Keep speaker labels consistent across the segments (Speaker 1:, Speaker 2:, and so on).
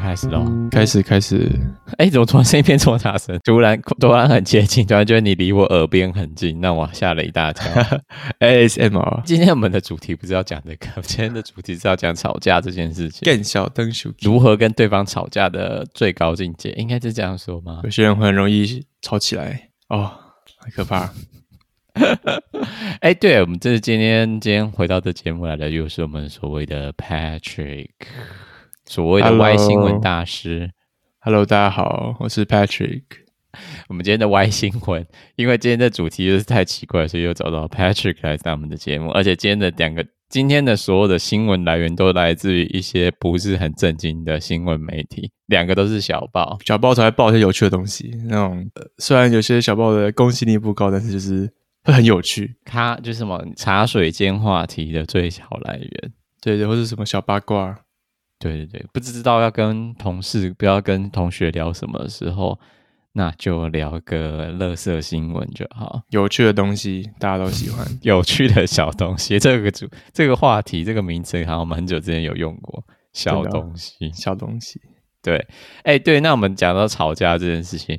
Speaker 1: 开始了吗？
Speaker 2: 开始开始，
Speaker 1: 哎，怎么突然声音变这么大声？突然突然很接近，突然觉得你离我耳边很近，让我吓了一大跳。
Speaker 2: ASMR
Speaker 1: 今天我们的主题不是要讲这个， 今天的主题是要讲吵架这件事情，
Speaker 2: 更小灯鼠。
Speaker 1: 如何跟对方吵架的最高境界，应该是这样说吗？
Speaker 2: 有些人会很容易吵起来哦，很可怕。
Speaker 1: 哎，对，我们这是今天今天回到这节目来的，又是我们所谓的 Patrick，所谓的
Speaker 2: Hello
Speaker 1: Y 新闻大师。
Speaker 2: Hello，大家好，我是 Patrick。
Speaker 1: 我们今天的 Y 新闻， 因为今天的主题就是太奇怪，所以又找到 Patrick 来上我们的节目，而且今天的两个今天的所有的新闻来源都来自于一些不是很正经的新闻媒体，两个都是小报。
Speaker 2: 小报才会报一些有趣的东西，那种、呃虽然有些小报的公信力不高，但是就是会很有趣。
Speaker 1: 咖就是什么茶水间话题的最小来源。
Speaker 2: 对对，或是什么小八卦，
Speaker 1: 对对对，不知道要跟同事不要跟同学聊什么的时候，那就聊个乐色新闻就好，
Speaker 2: 有趣的东西大家都喜欢。
Speaker 1: 有趣的小东西。 这个主这个话题这个名词好像我们很久之前有用过，小
Speaker 2: 真的哦
Speaker 1: 东西。
Speaker 2: 小东西，
Speaker 1: 对，哎，对，那我们讲到吵架这件事情，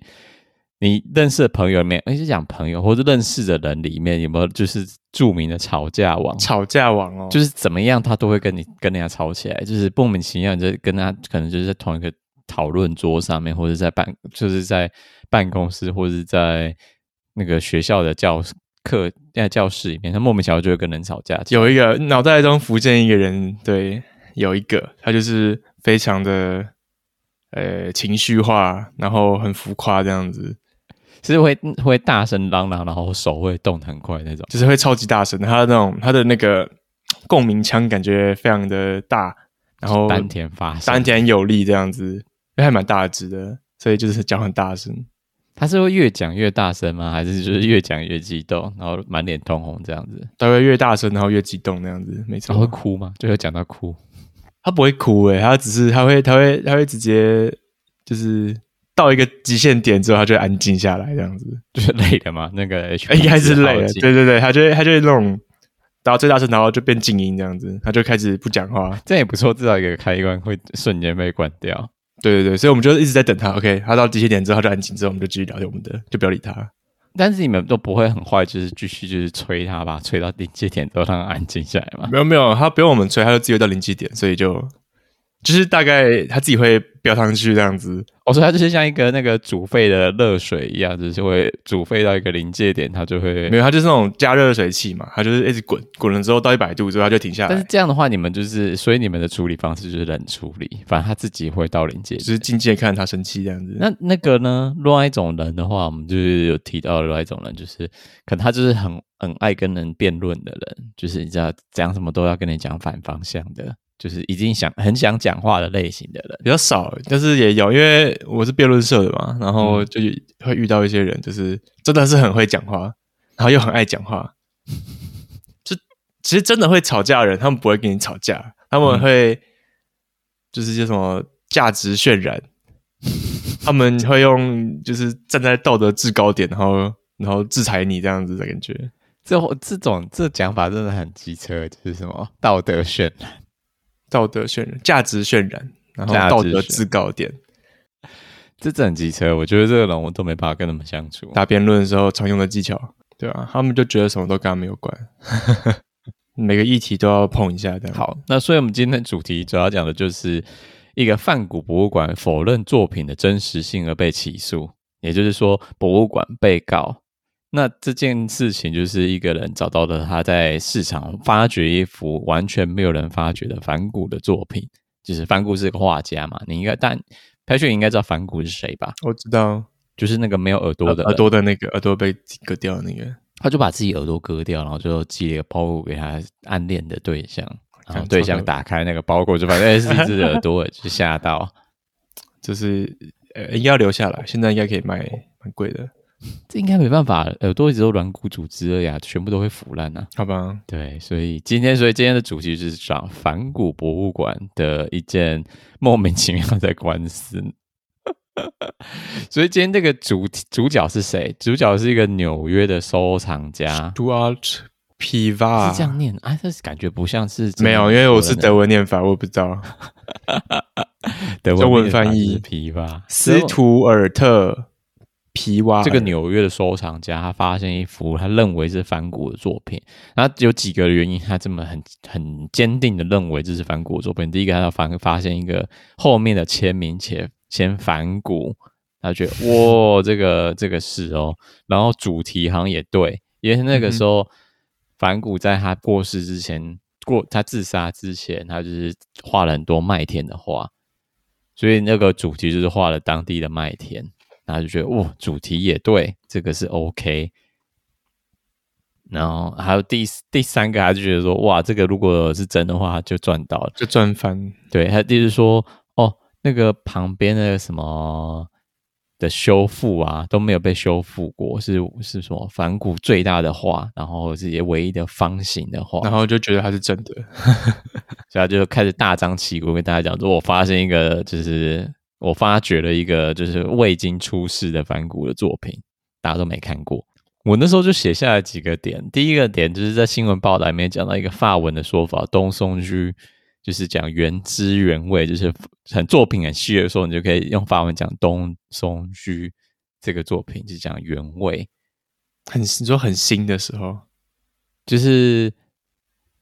Speaker 1: 你认识的朋友里面，哎，是讲朋友或者认识的人里面，有没有就是著名的吵架王？
Speaker 2: 吵架王哦，
Speaker 1: 就是怎么样，他都会跟你跟人家吵起来，就是莫名其妙，你就跟他可能就是在同一个讨论桌上面，或者在办，就是在办公室，或者是在那个学校的教课在教室里面，他莫名其妙就会跟人吵架。
Speaker 2: 有一个脑袋中浮现一个人，对，有一个他就是非常的呃情绪化，然后很浮夸这样子，
Speaker 1: 是会会大声嚷嚷，然后手会动得很快那种。
Speaker 2: 就是会超级大声，他的那种他的那个共鸣腔感觉非常的大，然后
Speaker 1: 丹田发声，
Speaker 2: 哦丹田有力这样子，因为还蛮大只的，所以就是讲很大声，
Speaker 1: 他是会越讲越大声吗？还是就是越讲越激动，然后满脸通红这样子？
Speaker 2: 他会越大声，然后越激动那样子，没
Speaker 1: 然后会，
Speaker 2: 错
Speaker 1: 哭吗？就会讲到哭。
Speaker 2: 他不会哭诶、他只是他会他会他会直接就是到一个极限点之后，他就会安静下来这样子。
Speaker 1: 就是累了嘛，那个 H
Speaker 2: 应该是累了，
Speaker 1: 对。
Speaker 2: 对对对，他就会他就会那种打到最大声，然后就变静音这样子，他就开始不讲话。
Speaker 1: 这样也不错，至少一个开关会瞬间被关掉。
Speaker 2: 对对对，所以我们就一直在等他。OK，他到极限点之后，他就安静，之后我们就继续聊天，我们的就不要理他。
Speaker 1: 但是你们都不会很坏，就是继续就是催他吧，催到临界点之后让他安静下来嘛。
Speaker 2: 没有没有，他不用我们催，他就自己会到临界点，所以就就是大概他自己会飙上去这样子。
Speaker 1: 我哦说他就是像一个那个煮沸的热水一样，就是会煮沸到一个临界点，他就会
Speaker 2: 没。有，他就是那种加热水器嘛，他就是一直滚，滚了之后到一百度之后，他就停下
Speaker 1: 但是
Speaker 2: 来，
Speaker 1: 这样的话，你们就是所以你们的处理方式就是冷处理，反正他自己会到临界
Speaker 2: 就
Speaker 1: 点。
Speaker 2: 是静静地看他生气这样子。
Speaker 1: 那那个呢？另外一种人的话，我们就是有提到的另外一种人，就是可能他就是很很爱跟人辩论的人，就是你知道讲什么都要跟你讲反方向的，就是已经想很想讲话的类型的人。
Speaker 2: 比较少，但是也有，因为我是辩论社的嘛，然后
Speaker 1: 嗯
Speaker 2: 就会遇到一些人，就是真的是很会讲话，然后又很爱讲话， 就其实真的会吵架的人，他们不会跟你吵架，他
Speaker 1: 嗯
Speaker 2: 们会、就是一些什么价值渲 染，他们会用就是站在道德制高点，然后然后制裁你这样子的感觉，
Speaker 1: 这这种这讲法真的很机车，就是什么道德渲染。
Speaker 2: 道德渲染、价值渲染，然后
Speaker 1: 价值
Speaker 2: 道德
Speaker 1: 渲
Speaker 2: 制高点。
Speaker 1: 这真的很机车，我觉得这个人我都没办法跟他们相处。
Speaker 2: 打辩论的时候常用的技巧，对啊，他们就觉得什么都跟他们有关，每个议题都要碰一下这样。，
Speaker 1: 好，那所以我们今天的主题主要讲的就是一个泛古博物馆否认作品的真实性而被起诉，也就是说，博物馆被告。那这件事情就是一个人找到了他在市场发掘一幅完全没有人发掘的梵谷的作品，就是梵谷是个画家嘛，你应该但拍雪应该知道梵谷是谁吧？
Speaker 2: 我知道
Speaker 1: 就是那个没有耳朵的
Speaker 2: 呃耳
Speaker 1: 人
Speaker 2: 朵的那个耳朵被割掉的那个，
Speaker 1: 他就把自己耳朵割掉，然后就寄了一个包裹给他暗恋的对象，然后
Speaker 2: 看
Speaker 1: 对
Speaker 2: 超
Speaker 1: 象
Speaker 2: 可
Speaker 1: 打开那个包裹，就发现哎是一只耳朵，就吓到。
Speaker 2: 就是呃应该要留下来，现在应该可以卖蛮贵的，
Speaker 1: 这应该没办法，耳朵一直都软骨组织了呀，全部都会腐烂啊。
Speaker 2: 好吧？
Speaker 1: 对，所以今天，所以今天的主题就是讲反骨博物馆的一件莫名其妙的官司。所以今天这个主题主角是谁？主角是一个纽约的收藏家，
Speaker 2: d u a r t
Speaker 1: 是这
Speaker 2: Piva
Speaker 1: 样念啊？但是感觉不像是
Speaker 2: 没有，因为我是
Speaker 1: 德。
Speaker 2: 德文念法，我也不知道。
Speaker 1: 德文
Speaker 2: 中
Speaker 1: 那个
Speaker 2: 文翻
Speaker 1: 字
Speaker 2: 译
Speaker 1: 批发
Speaker 2: 斯图尔特皮瓦尔
Speaker 1: 这个纽约的收藏家，他发现一幅他认为是梵谷的作品，然后有几个原因，他这么很很坚定的认为这是梵谷的作品。第一个，他发发现一个后面的签名写签梵谷，他觉得哇，这个这个是哦。然后主题好像也对，因为那个时候梵谷在他过世之前，过他自杀之前，他就是画了很多麦田的画，所以那个主题就是画了当地的麦田。然后就觉得哇，主题也对，这个是 OK。然后还有第四第三个，他就觉得说哇，这个如果是真的话，就赚到了。
Speaker 2: 就赚翻。
Speaker 1: 对，他就是说哦，那个旁边的什么的修复啊都没有被修复过，是是什么反骨最大的画，然后是也唯一的方形的画，
Speaker 2: 然后就觉得它是真的，
Speaker 1: 所以他就开始大张旗鼓跟大家讲说，我发现一个，就是我发掘了一个，就是未经出世的梵谷的作品，大家都没看过。我那时候就写下来几个点，第一个点就是在新闻报道里面讲到一个法文的说法，东松居就是讲原汁原味，就是很作品很细的时候，你就可以用法文讲东松居这个作品就讲原味，
Speaker 2: 很你说很新的时候，
Speaker 1: 就是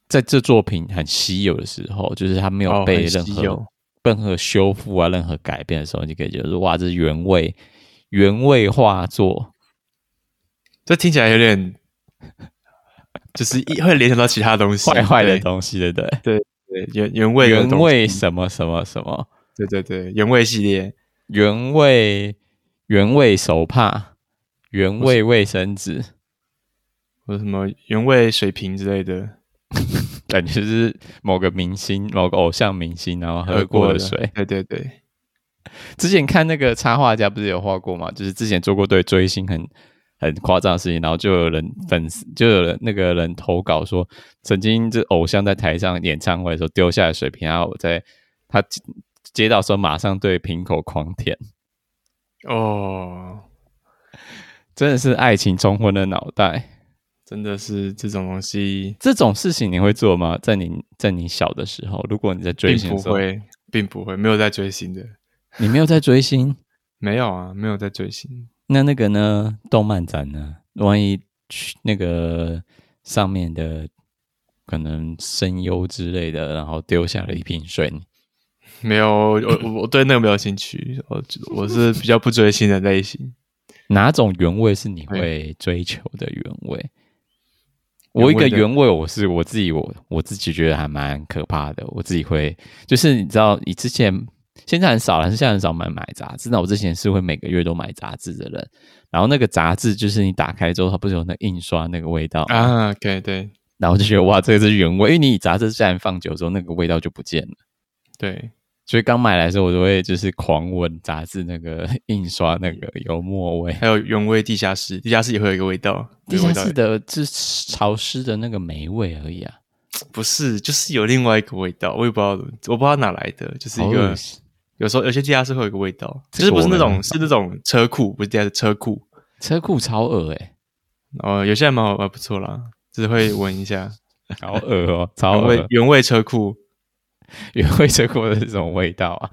Speaker 1: 在这作品很稀有的时候，就是它没有
Speaker 2: 哦
Speaker 1: 被
Speaker 2: 很
Speaker 1: 任
Speaker 2: 稀
Speaker 1: 何、
Speaker 2: 有
Speaker 1: 任何修复啊、任何改变的时候，你可以觉得说哇，这是原味原味画作。
Speaker 2: 这听起来有点，就是一会联想到其他东西，
Speaker 1: 坏坏的
Speaker 2: 对
Speaker 1: 东西，对不对？
Speaker 2: 对原原味的
Speaker 1: 原
Speaker 2: 东西
Speaker 1: 味什么什么什么，
Speaker 2: 对对对原味系列，
Speaker 1: 原味原味手帕，原味卫生纸，
Speaker 2: 或者什么原味水瓶之类的，
Speaker 1: 感觉是某个明星、某个偶像明星然后喝过的水。
Speaker 2: 对对对，
Speaker 1: 之前看那个插画家不是有画过吗？就是之前做过对追星很很夸张的事情，然后就有人粉丝就有人那个人投稿说，曾经这偶像在台上演唱会的时候丢下的水瓶，然后我在他接接到的时候马上对瓶口狂舔，
Speaker 2: 哦，
Speaker 1: 真的是爱情冲昏了脑袋。
Speaker 2: 真的是这种东西
Speaker 1: 这种事情你会做吗？在你在你小的时候，如果你在追
Speaker 2: 并
Speaker 1: 星
Speaker 2: 不
Speaker 1: 的时候，
Speaker 2: 会，并不会没有在追星的，
Speaker 1: 你没有在追星，
Speaker 2: 没有啊，没有在追星，
Speaker 1: 那那个呢？动漫展呢？万一去那个上面的可能声优之类的，然后丢下了一瓶水，
Speaker 2: 没有，我我我对那个没有兴趣，我我是比较不追星的类型，
Speaker 1: 哪种原味是你
Speaker 2: 对
Speaker 1: 会追求的原味？
Speaker 2: 原
Speaker 1: 我
Speaker 2: 味
Speaker 1: 一个
Speaker 2: 的
Speaker 1: 原味，我是我自己，我我自己觉得还蛮可怕的。我自己会，就是你知道，你之前现在很少了，现在很少买买杂志。那我之前是会每个月都买杂志的人，然后那个杂志就是你打开之后，它不是有那印刷那个味道吗
Speaker 2: 啊，OK，对
Speaker 1: 然后就觉得哇，这个是原味，因为你杂志自然放久之后，那个味道就不见了。
Speaker 2: 对，
Speaker 1: 所以刚买来的时候，我都会就是狂闻杂志那个印刷那个油墨味，
Speaker 2: 还有原味地下室，地下室也会有一个味道，
Speaker 1: 地下
Speaker 2: 那个味
Speaker 1: 室
Speaker 2: 道
Speaker 1: 的就是潮湿的那个霉味而已啊，
Speaker 2: 不是，就是有另外一个味道，我也不知道，我不知道哪来的，就是
Speaker 1: 好
Speaker 2: 一
Speaker 1: 恶
Speaker 2: 个
Speaker 1: 心！
Speaker 2: 有时候有些地下室会有一个味道，
Speaker 1: 这
Speaker 2: 就
Speaker 1: 个
Speaker 2: 是不是那
Speaker 1: 我没办
Speaker 2: 种
Speaker 1: 法
Speaker 2: 是那种车库，不是地下室车库，
Speaker 1: 车库超恶哎、
Speaker 2: 哦，有些还蛮好蛮不错啦，就是会闻一下
Speaker 1: 好恶 哦、超
Speaker 2: 原味
Speaker 1: 恶！
Speaker 2: 原味车库，
Speaker 1: 原味车库是什么味道啊？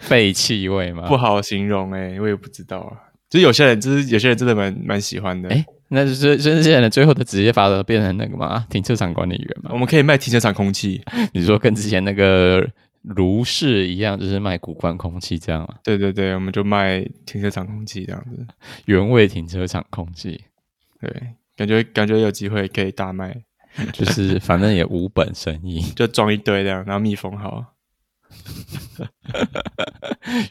Speaker 1: 废气味吗？
Speaker 2: 不好形容哎、我也不知道啊，就是有些人就是有些人真的蛮蛮喜欢的，
Speaker 1: 哎、那就是就是现在的最后的职业法则变成那个嘛，停车场管理员嘛
Speaker 2: 我。们可以卖停车场空气，
Speaker 1: 你说跟之前那个卢氏一样，就是卖古关空气这样啊嘛？
Speaker 2: 对对对，我们就卖停车场空气这样子，
Speaker 1: 原味停车场空气，
Speaker 2: 对，感觉感觉有机会可以大卖，
Speaker 1: 就是反正也无本生意。
Speaker 2: 就装一堆这样，然后密封好。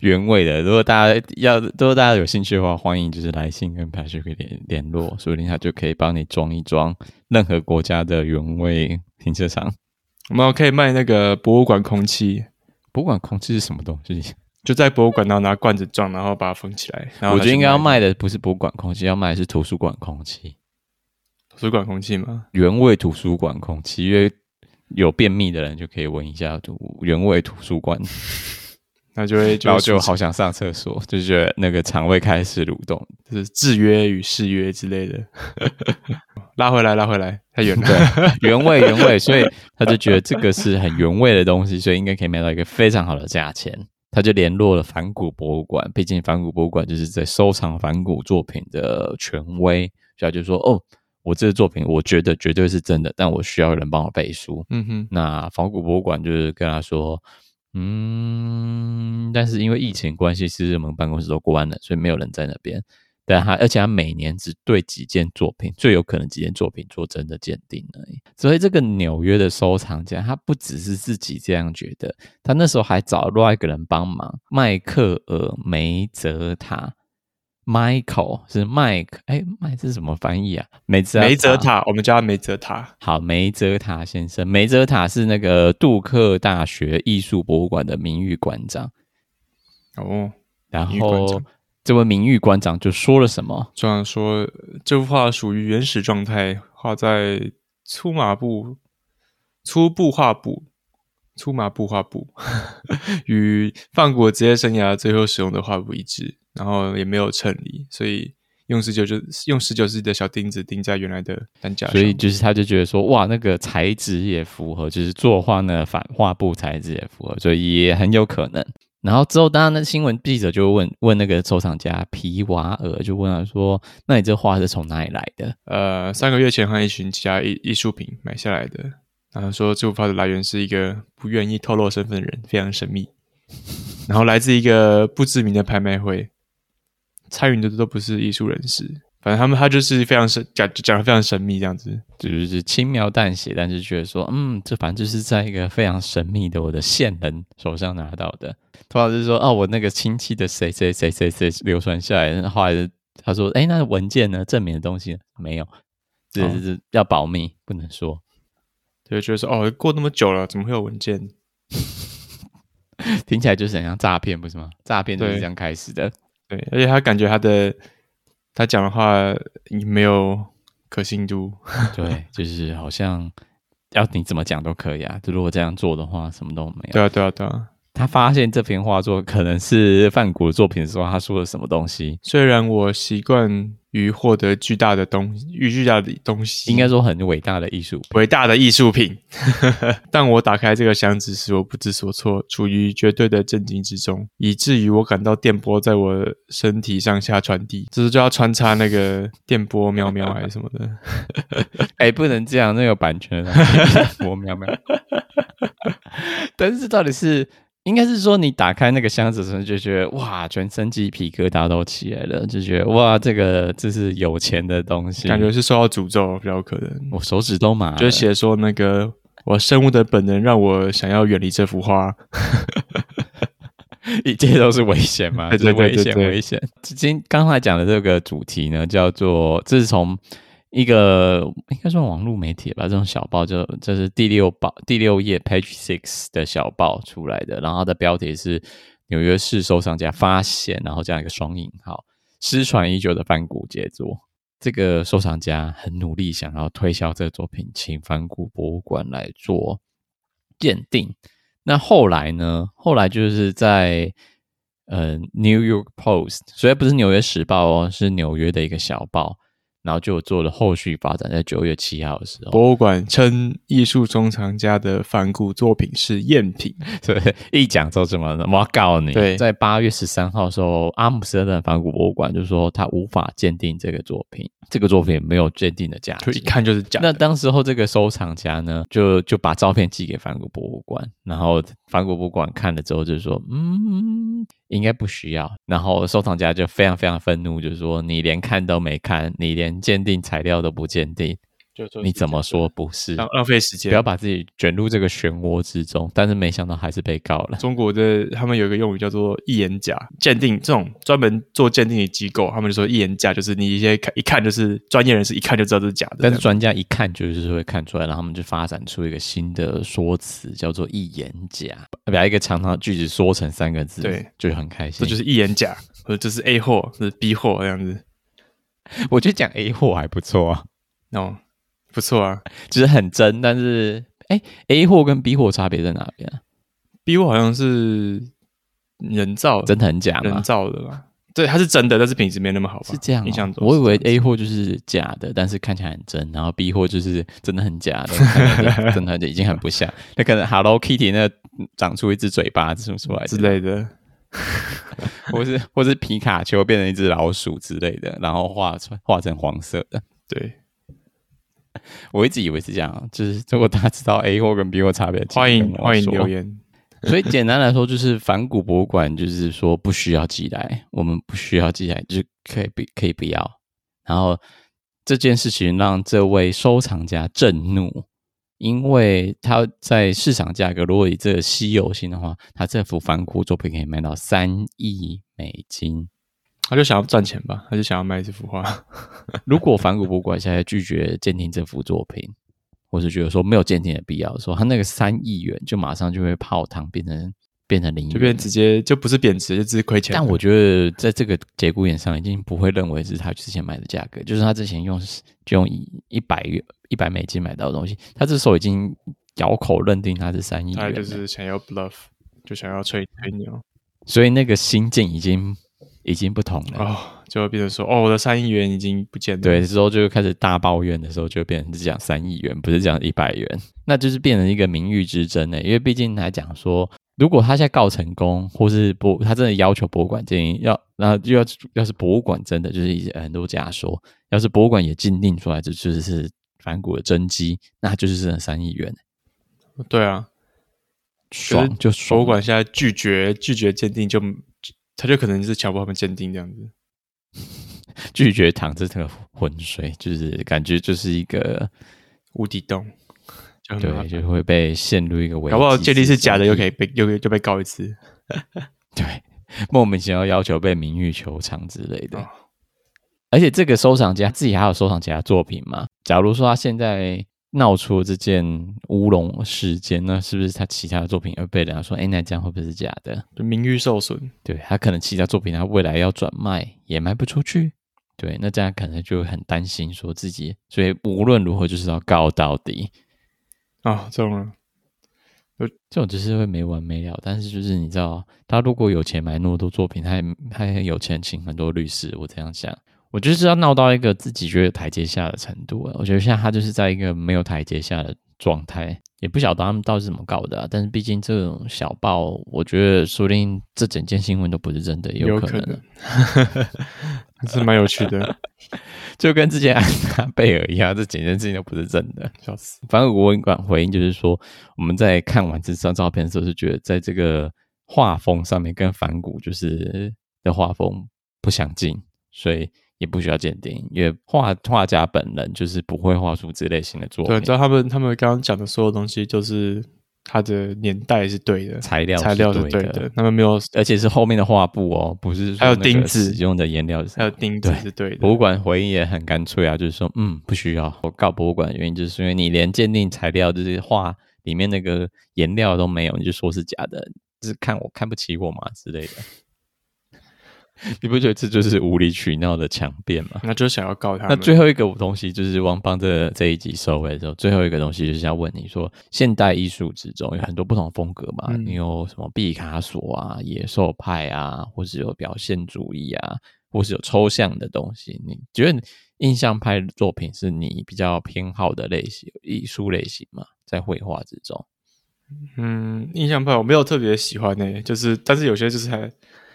Speaker 1: 原味的，如果大家要，如果大家有兴趣的话，欢迎就是来信跟 Patrick 联联络，说不定他就可以帮你装一装任何国家的原味停车 场。
Speaker 2: 我们可以卖那个博物馆空气，
Speaker 1: 不管空气是什么东西，
Speaker 2: 就在博物馆然后拿罐子装，然后把它封起来。然后
Speaker 1: 我觉得应该要
Speaker 2: 拿去
Speaker 1: 卖的不是博物馆空气，要卖的是图书馆空气，
Speaker 2: 图书馆空气嘛。
Speaker 1: 原味图书馆空气，因为有便秘的人就可以闻一下图原味图书馆
Speaker 2: 那就会就
Speaker 1: 然后
Speaker 2: 会
Speaker 1: 就
Speaker 2: 促
Speaker 1: 好想上厕所，就觉得那个肠胃开始蠕动。
Speaker 2: 成就是制约与誓约之类的。 拉回来，拉回来，太远了。
Speaker 1: 对，原味原味，所以他就觉得这个是很原味的东西，所以应该可以卖到一个非常好的价钱。他就联络了反古博物馆，毕竟反古博物馆就是在收藏反古作品的权威，所以他就说：“哦，我这个作品我觉得绝对是真的，但我需要有人帮我背书。
Speaker 2: 嗯哼”，
Speaker 1: 那仿古博物馆就是跟他说：“嗯，但是因为疫情关系，其实我们办公室都关了，所以没有人在那边。但他而且他每年只对几件作品，最有可能几件作品做真的鉴定而已。所以这个纽约的收藏家，他不只是自己这样觉得，他那时候还找另外一个人帮忙，迈克尔梅泽塔。Michael 是 Mike，哎，麦是什么翻译啊？啊梅泽
Speaker 2: 梅泽塔，我们叫他梅泽塔。
Speaker 1: 好，梅泽塔先生，梅泽塔是那个杜克大学艺术博物馆的名誉馆长。
Speaker 2: 哦，
Speaker 1: 然
Speaker 2: 名誉馆
Speaker 1: 后
Speaker 2: 长，
Speaker 1: 这位名誉馆长就说了什么？
Speaker 2: 这样说，这幅画属于原始状态，画在粗麻布、粗布画布、粗麻布画布， 与范谷的职业生涯最后使用的画布一致，然后也没有衬里，所以用十九就用十九世纪的小钉子钉在原来的担架上。
Speaker 1: 所以就是他就觉得说，哇，那个材质也符合，就是作画呢反画布材质也符合，所以也很有可能。然后之后，当然那新闻记者就问问那个收藏家皮瓦尔，就问他说：“那你这画是从哪里来的？”
Speaker 2: 呃，三个月前和一群其他艺艺术品买下来的。然后说这幅画的来源是一个不愿意透露身份的人，非常神秘。然后来自一个不知名的拍卖会，参与的都不是艺术人士，反正他们他就是非常神讲讲的非常神秘这样子。
Speaker 1: 就是轻描淡写，但是觉得说，嗯，这反正就是在一个非常神秘的我的线人手上拿到的。通常就是说，哦，我那个亲戚的谁谁谁谁谁流传下来，然后后来他说，哎，那文件呢？证明的东西呢没有，这
Speaker 2: 哦
Speaker 1: 是要保密，不能说。
Speaker 2: 就会觉得说哦，过那么久了，怎么会有文件？
Speaker 1: 听起来就是很像诈骗，不是吗？诈骗就是
Speaker 2: 对
Speaker 1: 这样开始的。
Speaker 2: 对，而且他感觉他的他讲的话也没有可信度。
Speaker 1: 对，就是好像要你怎么讲都可以啊。就如果这样做的话，什么都没有。
Speaker 2: 对啊，对啊，对啊。
Speaker 1: 他发现这篇画作可能是梵谷的作品的时候，他说了什么东西？
Speaker 2: 虽然我习惯于获得巨大的东与巨大的东西，
Speaker 1: 应该说很伟大的艺术品
Speaker 2: 伟大的艺术品， 但我打开这个箱子时，我不知所措，处于绝对的震惊之中，以至于我感到电波在我身体上下传递。这是就要穿插那个电波喵喵还是什么 的？
Speaker 1: 哎、不能这样，那有版权的东西。我喵喵。 但是到底是应该是说，你打开那个箱子的时候，就觉得哇，全身鸡皮疙瘩都起来了，就觉得哇，这个这是有钱的东西，
Speaker 2: 感觉是受到诅咒比较有可能。
Speaker 1: 我啊手指都麻了。
Speaker 2: 就写说那个我生物的本能让我想要远离这幅画。
Speaker 1: 一切都是危险嘛，
Speaker 2: 对
Speaker 1: 就是
Speaker 2: 对对
Speaker 1: 危险
Speaker 2: 对对
Speaker 1: 危险。今刚才讲的这个主题呢，叫做这是从一个应该算网络媒体吧，这种小报就这是第六报第六页 page six 的小报出来的，然后它的标题是纽约市收藏家发现，然后这样一个双引号，失传已久的梵谷杰作。这个收藏家很努力，想要推销这个作品，请梵谷博物馆来做鉴定。那后来呢？后来就是在呃《New York Post》，虽然不是《纽约时报》哦，是纽约的一个小报，然后就有做了后续发展，在九月七号的时候，
Speaker 2: 博物馆称艺术收藏家的梵谷作品是赝品。
Speaker 1: 对，一讲之后怎么了？我要告你！
Speaker 2: 对
Speaker 1: 在八月十三号的时候，阿姆斯特丹梵谷博物馆就说他无法鉴定这个作品，这个作品没有鉴定的价值，
Speaker 2: 就一看就是假
Speaker 1: 那
Speaker 2: 的。
Speaker 1: 当时候这个收藏家呢，就就把照片寄给梵谷博物馆，然后梵谷博物馆看了之后就说，嗯，应该不需要。然后收藏家就非常非常愤怒，就说你连看都没看，你连鉴定材料都不鉴定，
Speaker 2: 就说
Speaker 1: 你怎么说不是？
Speaker 2: 浪浪费时
Speaker 1: 不
Speaker 2: 间？
Speaker 1: 要把自己卷入这个漩涡之中。但是没想到还是被告了。
Speaker 2: 中国的他们有一个用语叫做“一眼假”，鉴定这种专门做鉴定的机构，他们就说“一眼假”就是你一些看一看就是专业人士一看就知道这是假的。
Speaker 1: 但是专家一看就是会看出来，然后他们就发展出一个新的说辞，叫做“一言假”，把一个长长的句子缩成三个字，
Speaker 2: 对，
Speaker 1: 就很开心。
Speaker 2: 这就是一眼假，或者这是 A 货，这是 B 货这样子。
Speaker 1: 我觉得讲 A 货还不错啊，
Speaker 2: 哦，不错啊
Speaker 1: 就是很真，但是哎、a 货跟 B 货差别在哪边、啊？
Speaker 2: ，B 货好像是人造
Speaker 1: 真的很假
Speaker 2: 人
Speaker 1: 吗？
Speaker 2: 造的吧？对，它是真的，但是品质没那么好吧？
Speaker 1: 是这样、
Speaker 2: 印象
Speaker 1: 哦，
Speaker 2: 中
Speaker 1: 我以
Speaker 2: 是这
Speaker 1: 为
Speaker 2: 样子
Speaker 1: A 货就是假的，但是看起来很真，然后 B 货就是真的很假的，看起 来就真的就已经很不像。那可能 Hello Kitty 那长出一只嘴巴这种出来
Speaker 2: 之
Speaker 1: 的，
Speaker 2: 类的，
Speaker 1: 或是或是皮卡丘变成一只老鼠之类的，然后画成画成黄色的。
Speaker 2: 对，
Speaker 1: 我一直以为是这样，啊就是如果大家知道 A 或跟 B 或差别，请
Speaker 2: 欢迎
Speaker 1: 跟我
Speaker 2: 欢迎
Speaker 1: 说
Speaker 2: 留。言。
Speaker 1: 所以简单来说，就是反古博物馆，就是说不需要寄来，我们不需要寄来，就是可以不可以不要。然后这件事情让这位收藏家震怒，因为他在市场价格，如果以这个稀有性的话，他这幅反古作品可以卖到三亿美金。
Speaker 2: 他就想要赚钱吧，他就想要卖这幅画。
Speaker 1: 如果反古博物馆现在拒绝鉴定这幅作品，我是觉得说没有鉴定的必要，说他那个三亿元就马上就会泡汤，变成变成零元，
Speaker 2: 就变直接就不是贬值，就只是亏钱。
Speaker 1: 嗯但我觉得在这个节骨眼上，已经不会认为是他之前买的价格，就是他之前用就用一一百元一百美金买到的东西，他这时候已经咬口认定他是三亿元
Speaker 2: 他
Speaker 1: 了，
Speaker 2: 就是想要 bluff，就想要吹吹牛
Speaker 1: 所以那个心境已经已经不同了。
Speaker 2: 哦，就会变成说哦，我的三亿元已经不见了。
Speaker 1: 对，之后就开始大抱怨的时候，就变成是讲三亿元，不是讲一百元，那就是变成一个名誉之争呢、欸因为毕竟来讲说，如果他现在告成功，或是博他真的要求博物馆建议要，那就要要是博物馆真的就是一直很多假说，要是博物馆也鉴定出来这就是是反骨的真机，那就是真的三亿元，
Speaker 2: 对啊，
Speaker 1: 爽就爽。
Speaker 2: 博物馆现在拒绝拒绝鉴定就，他就可能是强迫他们鉴定这样子。
Speaker 1: 拒绝淌这个浑水，就是感觉就是一个
Speaker 2: 无底洞，就很麻
Speaker 1: 对，
Speaker 2: 烦。
Speaker 1: 就会被陷入一个危机。
Speaker 2: 嗯搞不好鉴定是假的，又可
Speaker 1: 以
Speaker 2: 以被又就被告一次。
Speaker 1: 对。莫名其妙要求被名誉球场之类的，
Speaker 2: 哦
Speaker 1: 而且这个收藏家自己还有收藏其他作品嘛？假如说他现在闹出了这件乌龙事件，那是不是他其他的作品会被人家说，哎，那这样会不会是假的？
Speaker 2: 就名誉受损，
Speaker 1: 对他可能其他作品他未来要转卖也卖不出去，对，那这样可能就会很担心说自己，所以无论如何就是要告到底。
Speaker 2: 啊、这种人
Speaker 1: 这种就是会没完没了，但是就是你知道，他如果有钱买那么多作品，他也他也有钱请很多律师。我这样想，我就是要闹到一个自己觉得有台阶下的程度啊。我觉得现在他就是在一个没有台阶下的状态，也不晓得他们到底是怎么搞的、啊。但是毕竟这种小报，我觉得说不定这整件新闻都不是真的，也有
Speaker 2: 有
Speaker 1: 可
Speaker 2: 可
Speaker 1: 能
Speaker 2: 能， 还是蛮有趣的，
Speaker 1: 就跟之前安娜贝尔一样，这整件事情都不是真的。
Speaker 2: 笑死。
Speaker 1: 反而国文馆回应就是说，我们在看完这张照片的时候，是觉得在这个画风上面跟反骨就是的画风不相近，所以也不需要鉴定，因为画画家本人就是不会画出这类型的作
Speaker 2: 对，
Speaker 1: 品
Speaker 2: 你知，道他们他们刚刚讲的所有东西，就是它的年代是对的，
Speaker 1: 材料
Speaker 2: 材料是对
Speaker 1: 对
Speaker 2: 的，，他们没有，
Speaker 1: 而且是后面的画布哦，不是说
Speaker 2: 还有
Speaker 1: 那个
Speaker 2: 钉子
Speaker 1: 使用的颜料是
Speaker 2: 还有钉子是对的
Speaker 1: 博。物馆回应也很干脆啊，就是说，嗯，不需要。我告博物馆的原因就是因为你连鉴定材料，就是画里面那个颜料都没有，你就说是假的，就是看我看不起我嘛之类的。你不觉得这就是无理取闹的强辩吗？
Speaker 2: 那就想要告他
Speaker 1: 那
Speaker 2: 们，
Speaker 1: 最后一个东西就是汪邦这这一集收尾的时候，最后一个东西就是要问你说，现代艺术之中有很多不同风格嘛，
Speaker 2: 嗯
Speaker 1: 你有什么毕卡索啊、野兽派啊，或是有表现主义啊，或是有抽象的东西，你觉得印象派的作品是你比较偏好的类型艺术类型吗？在绘画之中，
Speaker 2: 嗯，印象派我没有特别喜欢呢、欸就是但是有些就是还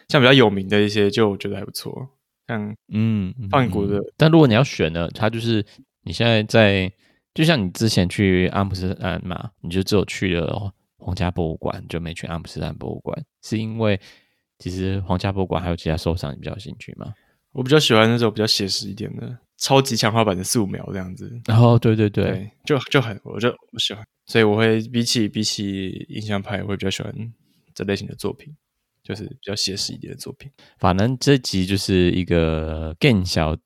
Speaker 2: 像比较有名的一些，就我觉得还不错，像
Speaker 1: 嗯，
Speaker 2: 梵谷的
Speaker 1: 嗯但如果你要选呢，它就是你现在在，就像你之前去阿姆斯特丹嘛，你就只有去了皇家博物馆，就没去阿姆斯特丹博物馆，是因为其实皇家博物馆还有其他收藏你比较有兴趣吗？
Speaker 2: 我比较喜欢那种比较写实一点的，超级强化版的素描这样子。
Speaker 1: 然后哦对对对，
Speaker 2: 对，就就很，我就我喜欢，所以我会比起比起印象派，我会比较喜欢这类型的作品，就是比较写实一点的作品。
Speaker 1: 反正这集就是一个更小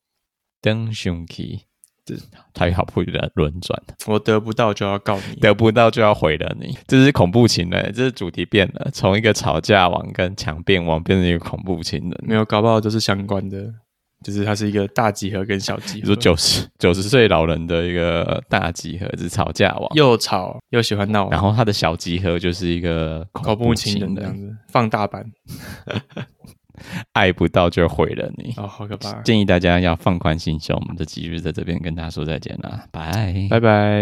Speaker 1: 灯熊 key，
Speaker 2: 这
Speaker 1: 台语好不的轮转。
Speaker 2: 我得不到就要告你，
Speaker 1: 得不到就要毁了你，这是恐怖情人，这是主题变了，从一个吵架王跟强辩王变成一个恐怖情人。
Speaker 2: 没有搞不好都是相关的，就是它是一个大集合跟小集
Speaker 1: 比
Speaker 2: 合
Speaker 1: 如说，九十九十岁老人的一个大集合是吵架王，
Speaker 2: 又吵又喜欢闹，
Speaker 1: 然后他的小集合就是一个
Speaker 2: 恐怖情人
Speaker 1: 人
Speaker 2: 这样子，放大版
Speaker 1: 爱不到就毁了你。
Speaker 2: 哦，好可怕！
Speaker 1: 建议大家要放宽心胸，我们的集就在这边跟大家说再见啦，拜
Speaker 2: 拜拜。